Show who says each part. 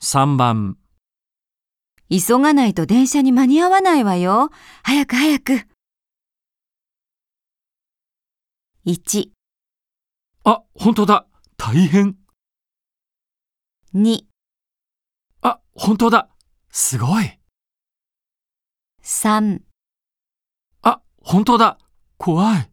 Speaker 1: 3番、
Speaker 2: 急がないと電車に間に合わないわよ。早く早く。1、
Speaker 1: あ、本当だ、大変。
Speaker 2: 2、
Speaker 1: あ、本当だ、すごい。
Speaker 2: 3
Speaker 1: あ、本当だ、怖い。